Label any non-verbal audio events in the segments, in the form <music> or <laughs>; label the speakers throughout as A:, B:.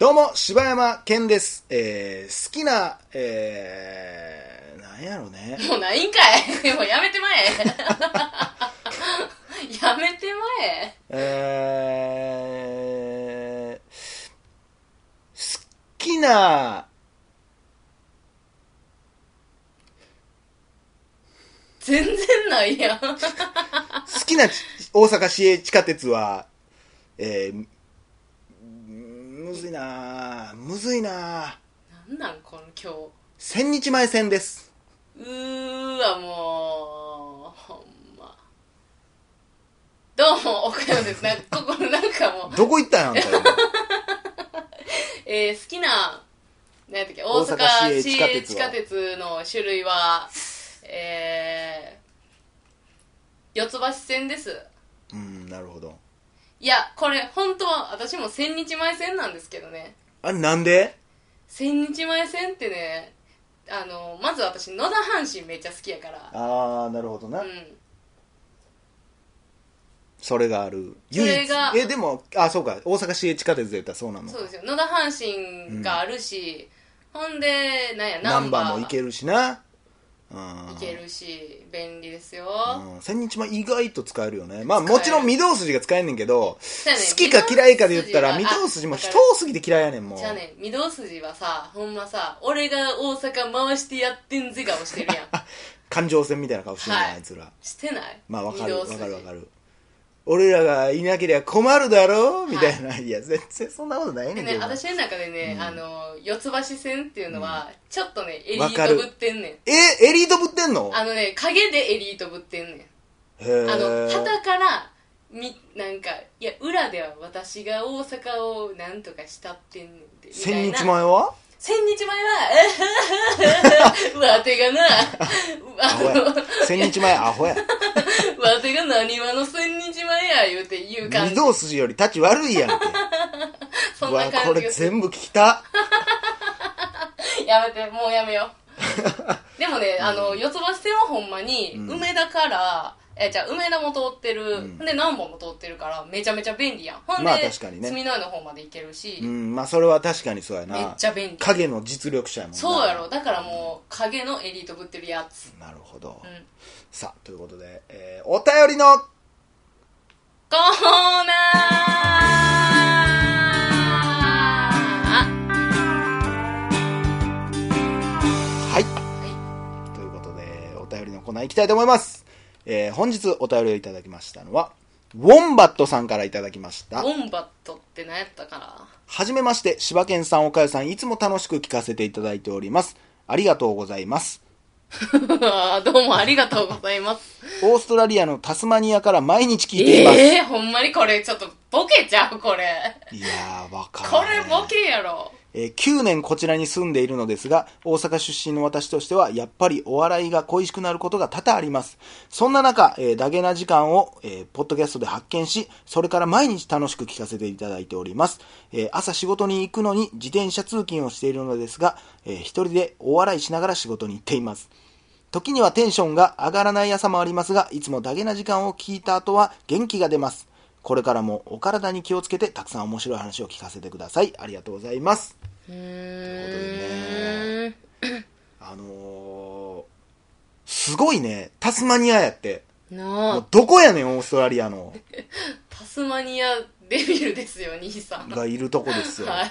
A: どうも、柴山健です。えー、好きな、えー、なんやろね。
B: もうないんかい <laughs> もうやめてまえやめてまえ
A: えー、好きな、
B: 全然ないやん
A: 好きなち大阪市営地下鉄は、えー、んむずいなぁむずいなぁ
B: なんなんこの今
A: 千日前線です。
B: 日うーわもうほんまどうも岡山ですなんかここなんかもう、
A: どこ行ったんやんたよ。
B: えー好きな何やったっけ
A: 大
B: 大
A: 阪
B: 阪
A: 市
B: 市
A: 営
B: 営
A: 地
B: 地
A: 下
B: 下
A: 鉄
B: 鉄の種類はえー、四つ橋線です
A: うん、なるほど。
B: いやこれ本当は私も千日前線なんですけどね
A: あれなんで
B: 千日前線ってねあのまず私野田阪神めっちゃ好きやから
A: あー、なるほどな。
B: うん
A: それがある。
B: それが
A: 唯一え、でも、あ、そうか。大阪市営地下鉄で言ったらそうなのか。
B: そうですよ野田阪神があるし、ほんでなんや
A: ナ
B: ナ
A: ン
B: ン
A: バ
B: バ
A: ー
B: ー
A: も行けるしな。うん。
B: いけるし便利ですよ、
A: うん千日前意外と使えるよね。まあ
B: 使える
A: もちろん御堂筋が使えんねんけど、
B: そうやね
A: 好きか嫌いかで言ったら御
B: 御
A: 堂
B: 堂
A: 筋
B: 筋
A: も
B: はあ
A: 人多すぎて嫌いやねんもう。
B: じゃあね御堂筋はさほんまさ俺が大阪回してやってんぜ顔して
A: <laughs>
B: るやん
A: 環状線みたいな顔してるの、
B: はい
A: あいつら。
B: してない
A: まあわかる
B: 御
A: わ
B: 堂筋
A: かるわかる。俺らがいなければ困るだろうみたいな。いや、全然そんなことないね
B: で
A: んけ
B: ね
A: どな。
B: 私の中でね、あの四つ橋線っていうのは、ちょっとねエリ
A: わか
B: ー
A: る
B: トぶってんねん
A: え、エリートぶってんの
B: あのね影でエリートぶってんねん
A: へー
B: あの旗からみなんかいや裏では私が大阪をなんとかしたってんねんてみた
A: 千
B: いな
A: 日前は
B: 千日前
A: <laughs>
B: はえーわてがな
A: アホや
B: あの。
A: <laughs> 千日前アホや。
B: わてがなにわの千日前や言うて言う感
A: 御
B: じ
A: 堂筋より立ち悪いやんけ。
B: <laughs> そ
A: うん
B: な
A: わ、
B: 感
A: こ
B: じ
A: れ
B: が
A: 全部聞きた。
B: やめてもうやめよ
A: <laughs>
B: うでもねあの四つ橋線はほんまに
A: うん
B: 梅田から、えじゃあ梅田も通ってる、
A: うん
B: で何本も通ってるからめちゃめちゃ便利やんほんで、
A: まあ確かにね
B: 住之江の方まで行けるし、
A: うん、まあそれは確かにそうやな。
B: めっちゃ便利
A: 影の実力者やもんな
B: そうやろだからもう影のエリートぶってるやつ
A: なるほど、
B: うん
A: さあということで、えーお便りの
B: コーナー
A: はい、ということでお便りのコーナー行きたいと思います、えー本日お便りをいただきましたのはウォンバットさんからいただきました
B: ウォンバットって何やったかな <laughs>
A: はじめまして柴犬さん岡谷さんいつも楽しく聞かせていただいておりますありがとうございます
B: あーどうもありがとうございます。
A: オーストラリアのタスマニアから毎日聞いています、
B: ええー、ほんまにこれちょっとボケちゃうこれ。
A: いやーわかる
B: これボケやろ。
A: えー9年こちらに住んでいるのですが、大阪出身の私としては、やっぱりお笑いが恋しくなることが多々あります。そんな中、えーダゲな時間を、えーポッドキャストで発見し、それから毎日楽しく聞かせていただいております。えー朝仕事に行くのに自転車通勤をしているのですが、えー一人でお笑いしながら仕事に行っています。時にはテンションが上がらない朝もありますが、いつもダゲな時間を聞いた後は元気が出ます。これからもお体に気をつけてたくさん面白い話を聞かせてください。ありがとうございます。
B: う
A: ー
B: ん。
A: あのー、すごいね、タスマニアやって。
B: な
A: も
B: あ
A: う、どこやねん、オーストラリアの、
B: タスマニアデビルですよ、兄さん。
A: がいるとこですよ。
B: はい。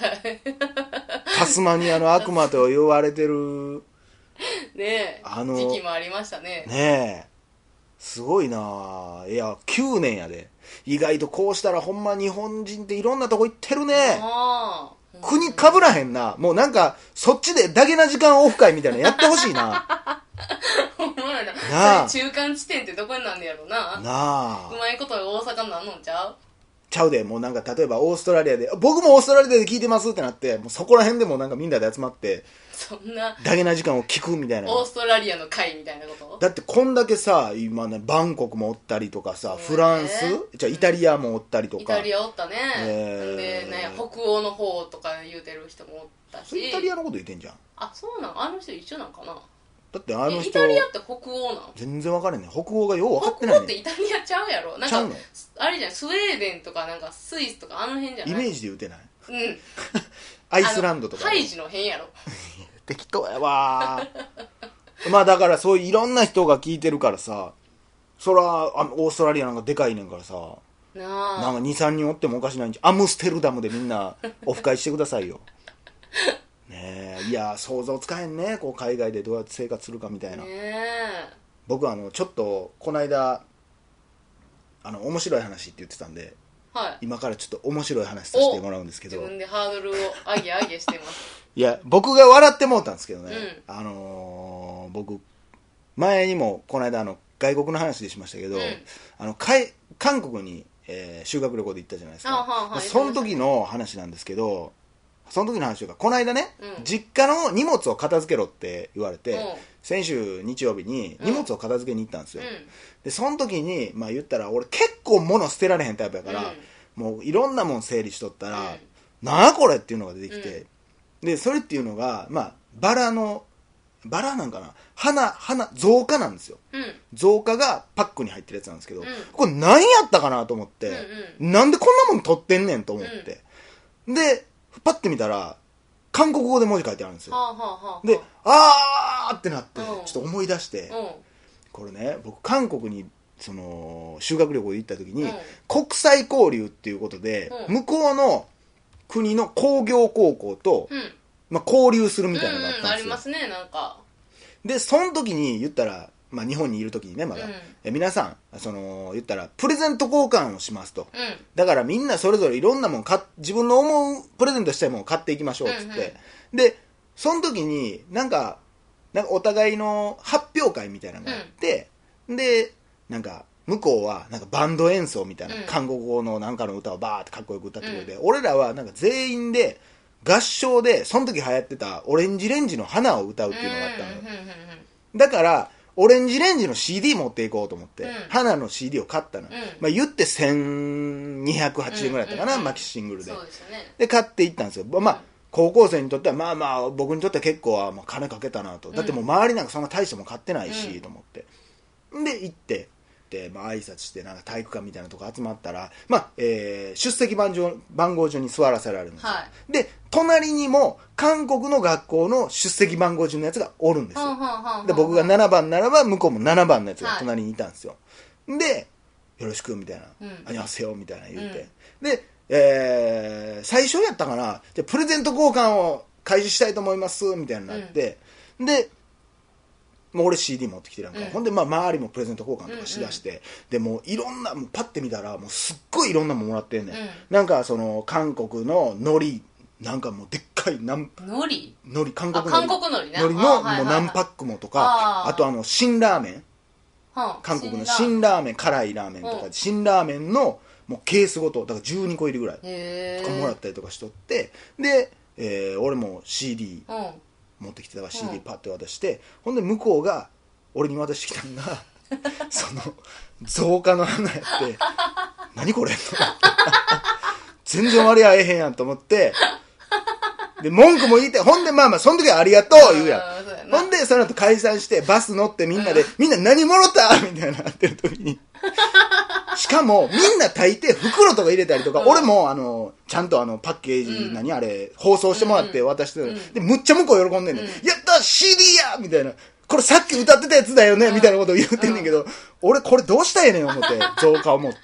A: タスマニアの悪魔と言われてる、
B: ねえ、
A: あの
B: 時期もありましたね。
A: ねえ。すごいなあいや、9年やで。意外とこうしたらほんま日本人っていろんなとこ行ってるね。
B: ああ。
A: 国かぶらへんな。もうなんか、そっちでだけな時間オフ会みたいなのやってほしいな。
B: ほんまやな
A: なあ
B: それ中間地点ってどこになんねやろな
A: なあ
B: う。まいこと大阪なんのんちゃう <laughs>
A: ちゃうで、もうなんか例えばオーストラリアで、僕もオーストラリアで聞いてますってなって、もうそこら辺でもうなんかみんなで集まって、
B: そんな
A: ダゲな時間を聞くみたいな。
B: オーストラリアの会みたいなこと
A: だってこんだけさ、今ね、バンコクもおったりとかさ、
B: そ
A: フ
B: うだ
A: ラ
B: ね
A: ンスじゃあイタリアもおったりと
B: イ
A: か。
B: タリアおったね、
A: えー
B: んでなんや北欧の方とか言うてる人もおった
A: それ
B: し
A: イタリアのこと言ってんじゃん。
B: あそうなのあの人一緒なんかな
A: だだってあの
B: えイ
A: 人
B: タリアって北欧なの
A: 全然分かれんねん北欧がよう分かって
B: 北
A: ない
B: 欧って
A: ね
B: イタリアちゃうやろなん
A: ちゃう
B: か
A: の
B: あれじゃんスウェーデンとかなんかスイスとかあの辺じゃ
A: イ
B: な
A: メ
B: い
A: ージで言うてない
B: うん
A: <laughs> アイスランドとか
B: あのハイジの辺やろ
A: 適当やわー <laughs> まあだからそういういろんな人が聞いてるからさそらあオーストラリアなんかでかいねんからさ
B: な
A: なん
B: あ
A: か23人おってもおかしないんじゃアムステルダムでみんなオフ会してください
B: <laughs>
A: よねえいや想像つかへんねこう海外でどうやって生活するかみたいな、
B: ねえ
A: 僕あのちょっとこの間あの面白い話って言ってたんで
B: はい
A: 今からちょっと面白い話させてもらうんですけ
B: 自
A: ど
B: 分でハードルを上げ上げしてます
A: いや僕が笑ってもうたんですけどね、あのー僕前にもこの間あの外国の話でしましたけど、
B: うん
A: あのかい韓国に、えー修学旅行で行ったじゃないですか
B: あはいはい
A: まあその時の話なんですけどその時の話というかこの間ね、
B: うん
A: 実家の荷物を片付けろって言われて、
B: うん
A: 先週日曜日に荷物を片付けに行ったんです
B: う
A: よ、
B: ん
A: でその時にまあ言ったら俺結構物捨てられへんタイプやから、もういろんなもん整理しとったら、なあこれっていうのが出てきて、でそれっていうのがまあバラのバラなんかな花花造花なんですよ
B: うんうん
A: 造花がパックに入ってるやつなんですけど、
B: うん
A: これ何やったかなと思って、
B: う
A: なんでこんなもん取ってんねんと思って、でパッて見たら韓国語で文字書いてあるんです
B: はあ
A: よ
B: はあはあ
A: であーってなって、
B: うん
A: ちょっと思い出して、
B: う
A: これね僕韓国にその修学旅行で行った時に、
B: うん
A: 国際交流っていうことで、
B: うん
A: 向こうの国の工業高校と、
B: んうん
A: まあ、交流するみたいなのがあっ
B: うん
A: た
B: あ
A: んで
B: り
A: すよ、
B: ますねなんか
A: でその時に言ったら、まあ、日本にいる時にねまだ、
B: うん
A: え皆さんその言ったらプレゼント交換をしますと、
B: うん
A: だからみんなそれぞれいろんなもん買っ自分の思うプレゼントしたいものを買っていきましょうっつって、
B: うんうん
A: でその時になんかなんかお互いの発表会みたいなのがあって、でなんか向こうはなんかバンド演奏みたいな、
B: うん
A: 韓国語のなんかの歌をバーってかっこよく歌ってくれて、俺らはなんか全員で合唱でその時流行ってた「オレンジレンジの花」を歌うっていうのがあったのよ、
B: うんうんうんうん
A: だからオレンジレンジの CD 持っていこうと思って、
B: うん
A: 花の CD を買ったのよ、
B: うん
A: まあ、言って1208円ぐらいだったかな、
B: うんうんうん
A: マキシングルで
B: そうですよね
A: で買っていったんですよままあ高校生にとってはまあまあ僕にとっては結構あまあ金かけたなとだってもう周りなんかそんな大したもん買ってないし、
B: うん
A: と思ってで行ってで、まあ挨拶してなんか体育館みたいなとこ集まったら、まあえー出席番号番号順に座らせられるんですよ、
B: は
A: で隣にも韓国の学校の出席番号順のやつがおるんですよ、
B: はんはんはんはん
A: で僕が7番ならば向こうも7番のやつが
B: はい
A: 隣にいたんですよ、で「よろしく」みたいな
B: うん
A: 「あにゃせよ」みたいな言って、で、えー最初やったかなじゃあプレゼント交換を開始したいと思いますみたいになって、でもう俺 CD 持ってきてるやんか、
B: うん
A: ほんでまあ周りもプレゼント交換とかしだして、でもういろんなもうパッて見たらもうすっごいいろんなもんもらってんねん、
B: うん
A: なんかその韓国の海苔なんかもうでっかいなん
B: 海苔
A: 海苔韓国
B: あ韓国海苔ね
A: 海苔
B: あ
A: の
B: はい
A: も
B: はいは
A: う
B: い
A: 何パックもとか
B: あ
A: あ
B: ー
A: とあの辛ラーメン
B: はん
A: 韓国の辛
B: 辛
A: ラーメン辛いラーメンと
B: う
A: か
B: ん
A: 辛ラーメンのもうケースごとだから12個入りぐらい
B: 辣へ
A: と
B: え
A: かもらったりとかしとってで、えー俺も CD
B: うん
A: 持ってきてたから CD パッて渡してほんで向こうが俺に渡してきたの
B: <laughs>
A: がその造花の花やって「何これ?」と思って全然割合合えへんやんと思ってで文句も言いてほんでまあまあその時は「ありがとう」言うやん
B: んそうやな
A: ほんで、その後解散して、バス乗ってみんなで、みんな何もろた <laughs> みたいななってる時
B: <laughs>
A: に。しかも、みんな大抵袋とか入れたりとか、
B: うん
A: 俺も、あの、ちゃんとあの、パッケージ、
B: うん
A: 何あれ、包装してもらって渡してたの、
B: うん
A: で、むっちゃ向こう喜んでんね、ん。
B: うん
A: やった !CD やみたいな。これさっき歌ってたやつだよね、みたいなことを言ってんねんけど、俺これどうしたらええねん思
B: <laughs>
A: って、増加を持って。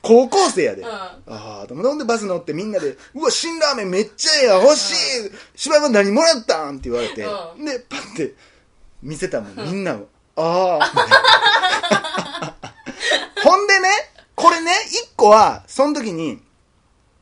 A: 高校生やで。
B: うん
A: ああ、と思ってほんでバス乗ってみんなで、うわ、辛ラーメンめっちゃええやん、欲しい、芝居は何もらったんって言われて、
B: う
A: で、パッて見せたもん、みんなを。ああ。 <laughs> ほんでね、これね、一個は、その時に、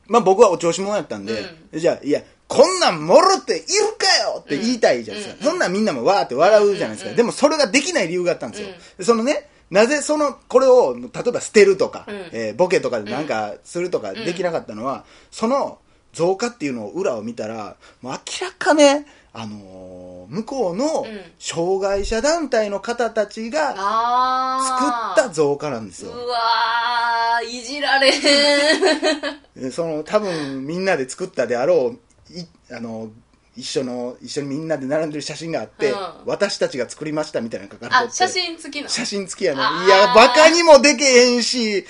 A: まあ僕はお調子者やったんで、じゃあ、いや、こんなんもろっているかよって言いたいじゃないですか。
B: うんうん
A: そんなんみんなもわーって笑うじゃないですか。
B: うんうん
A: でもそれができない理由があったんですよ。
B: うん
A: でそのね、なぜその、これを、例えば捨てるとか、
B: うん
A: えーボケとかでなんかするとかできなかったのは、その増加っていうのを裏を見たら、もう明らかね、あのー向こうの
B: うん
A: 障害者団体の方たちが作
B: あ
A: った増加なんですよ。
B: うわーいじられへん
A: <laughs> でその多分みんなで作ったであろういあの一緒の一緒にみんなで並んでる写真があって、
B: うん
A: 私たちが作りましたみたいなの書かれて
B: あ
A: て
B: 写真付きなの
A: 写真付きやね
B: あー
A: いやバカにもでけへんし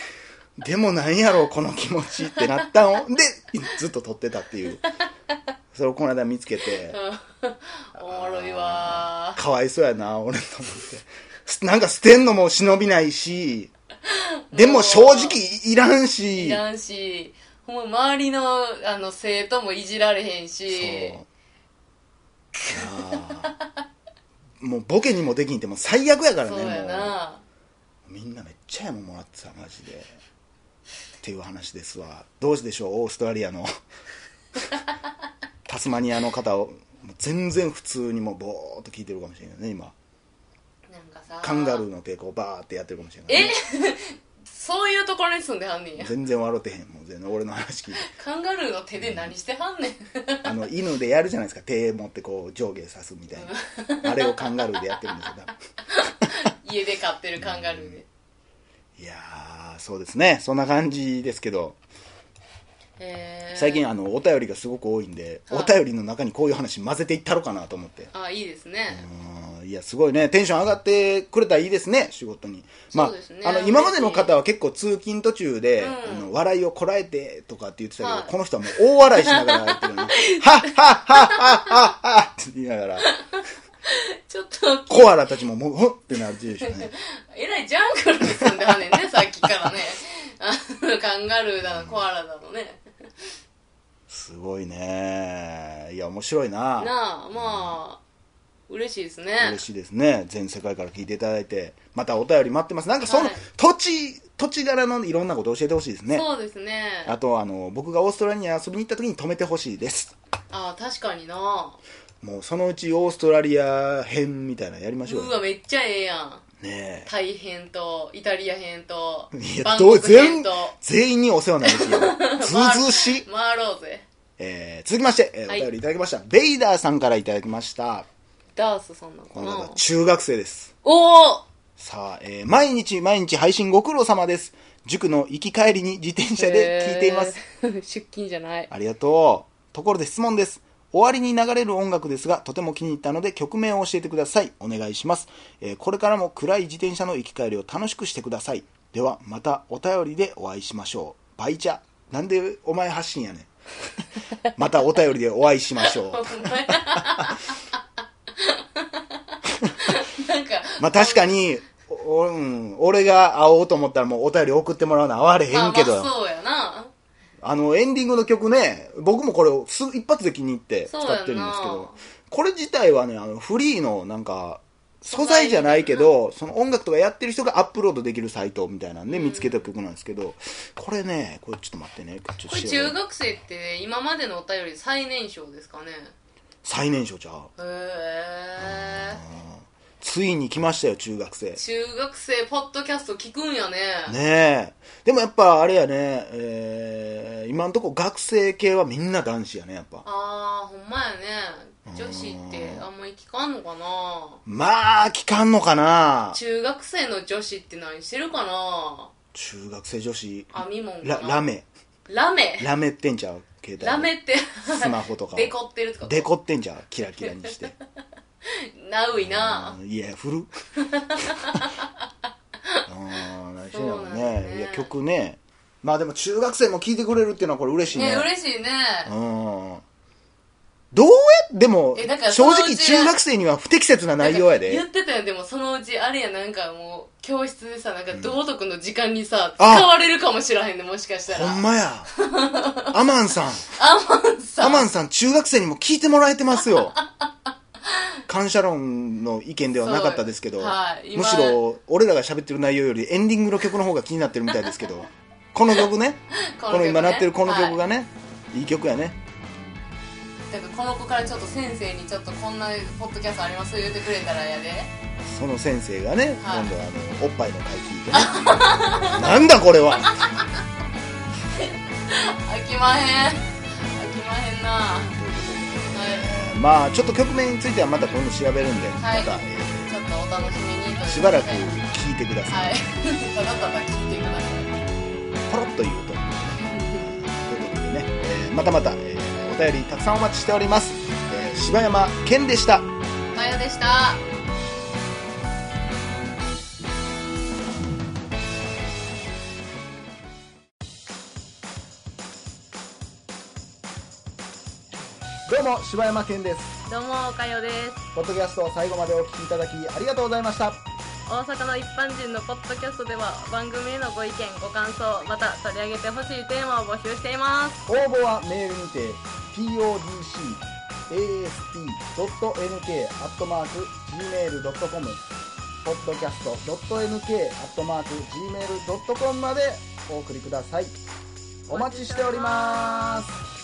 A: でもなんやろこの気持ちってなったのでずっと撮ってたっていうそれをこの間見つけて
B: おもろいわ
A: かわいそうやな俺と思ってなんか捨てんのも忍びないしでも正直いらん
B: ー
A: し
B: いらんしほんま周りのあの生徒もいじられへんし
A: そうなあもうボケにもできんってもう最悪やからね
B: そうや
A: もう
B: な
A: みんなめっちゃやもんもらってたマジでっていう話ですわどうでしょうオーストラリア
B: <laughs>
A: のタスマニアの方をもう全然普通にもうボーっと聞いてるかもしれないね今
B: なんかさ
A: カンガルーの抵抗バーってやってるかもしれない、
B: え
A: ね、
B: そういうところに住んではんねんや
A: 全然笑ってへんもう全然俺の話聞いて
B: <laughs> カンガルーの手で何しては
A: <laughs>
B: んねん
A: あの犬でやるじゃないですか手持ってこう上下さすみたい
B: <laughs>
A: なあれをカンガルーでやってるんですよ多分
B: 家で飼ってるカンガルーで
A: いやーそうですねそんな感じですけど
B: へー
A: 最近あのお便りがすごく多いんで
B: はい
A: お便りの中にこういう話混ぜていったろかなと思って
B: あいいですね
A: うんいやすごいねテンション上がってくれたらいいですね仕事にまあ
B: そうですね
A: あの今までの方は結構通勤途中で、
B: うん
A: あの笑いをこらえてとかって言ってたけど、
B: はい
A: この人はもう大笑いしながらやってるのにはっはっはっはっはっはって言いながら
B: ちょっと
A: コアラたちももうほっってなるでしょうね
B: えらいジャングルに住んではんね
A: <laughs>
B: んねさっきからねあのカンガルーだのコアラだのね
A: すごいねいや面白いな
B: なあまあ嬉しいですね
A: 嬉しいですね全世界から聞いていただいてまたお便り待ってますなんかその、
B: はい
A: 土地土地柄のいろんなこと教えてほしいですね
B: そうですね
A: あとあの僕がオーストラリアに遊びに行った時に止めてほしいです
B: あ確かにな
A: もうそのうちオーストラリア編みたいなのやりましょう
B: う
A: よ
B: わめっちゃええやん
A: ね
B: タイ編とイタリア編と <laughs>
A: えいや
B: バン
A: ど
B: コ
A: う
B: ク編
A: 全
B: と
A: 全員にお世話になる
B: <laughs>
A: ですよずうずうしい、
B: 回ろうぜ
A: えー続きまして、えー
B: はい
A: お便りいただきました、ベイダーさんからいただきました
B: ダースさんなのか
A: この
B: な
A: 方中学生です
B: おお
A: さあ、えー毎日毎日配信ご苦労様です塾の行き帰りに自転車で聞いています、
B: へー <laughs> 出勤じゃない <laughs>
A: ありがとう。ところで質問です。終わりに流れる音楽ですが、とても気に入ったので曲名を教えてください。お願いします。えーこれからも暗い自転車の行き帰りを楽しくしてください。では、またお便りでお会いしましょう。バイチャ。なんでお前発信やねん。 <laughs> またお便りでお会いしましょう
B: ほん。まや <laughs> なんか
A: まあ確かに、おおうん俺が会おうと思ったらもうお便り送ってもらうのは会われへんけど、
B: まあまあそうやな
A: あの、エンディングの曲ね、僕もこれをす一発で気に入って使ってるんですけ
B: そうやん
A: ど
B: な、
A: これ自体はね、あの、フリーのなんか、素材じゃないけど、その音楽とかやってる人がアップロードできるサイトみたいなんで見つけた曲なんですけど、これね、これちょっと待ってね、ちょっ
B: ことれ
A: 調べ
B: 中学生って今までのお便り最年少ですかね
A: 最年少ちゃう
B: へえ
A: ついに来ましたよ、中学生。
B: 中学生ポッドキャスト聞くんやね
A: ねえ。でもやっぱあれやね、えー、今んとこ学生系はみんな男子やね、やっぱ。
B: ああほんまやね女子ってあんまり聞かんのかな
A: まあ、聞かんのかな
B: 中学生の女子って何してるかな
A: 中学生女子、
B: 編み物
A: ラ
B: かな
A: ラメ。
B: ラメ
A: ラメってんちゃう携帯で
B: ラメって
A: スマホとか
B: デコってるってこと
A: デコってんちゃうキラキラに
B: <laughs>
A: して
B: なうい
A: <laughs>
B: な
A: うんいや古っうん何してんだろう
B: そうなん
A: ね
B: だね
A: いや曲ねまあでも中学生も聴いてくれるっていうのはこれ嬉しいね
B: ね嬉しいね
A: うんどうやでも
B: えだから
A: 正
B: その
A: 直
B: うち
A: 中学生には不適切な内容や
B: なんか言
A: で
B: ってたよでもそのうちあれやなんかもう教室でさなんか道徳の時間にさ、使
A: あ
B: われるかもしらへんでもしかしたら
A: ほんまやアマンさん
B: アマンさん
A: アマンさん中学生にも聞いてもらえてます
B: <laughs>
A: よ感謝論の意見ではなかったですけど、
B: そうはい今
A: むしろ俺らが喋ってる内容よりエンディングの曲の方が気になってるみたいですけどこの曲ねこ
B: <laughs> この曲ね
A: の今鳴ってるこの曲
B: は
A: がね、い、い曲やね
B: いだからこの子からちょっと先生にちょっとこんなポッドキャストありますよ言ってくれたらやで
A: その先生がね、
B: はい
A: 今度はあのおっぱいの回聞いてね <laughs> なんだこれは
B: 飽きまへん飽きまへんなはい
A: まあちょっと曲名についてはまた今度調べるんで、
B: はい
A: また、え
B: ちょっとお楽しみにというこ
A: ー
B: とで
A: しばらく聞いてください、
B: はいただただ聞いてくださ
A: ポロッと言うと。ということでね、えーまたまた、えーお便りたくさんお待ちしております、えー柴山健でした
C: マヨでした
A: どうも柴山健です
B: どうも、おかよです。
A: ポッドキャストを最後までお聞きいただきありがとうございました
B: 大阪の一般人のポッドキャストでは番組へのご意見、ご感想、また取り上げてほしいテーマを募集しています。
A: 応募はメールにて podcast.nk.gmail.com podcast.nk.gmail.com までお送りくださいお待ちしております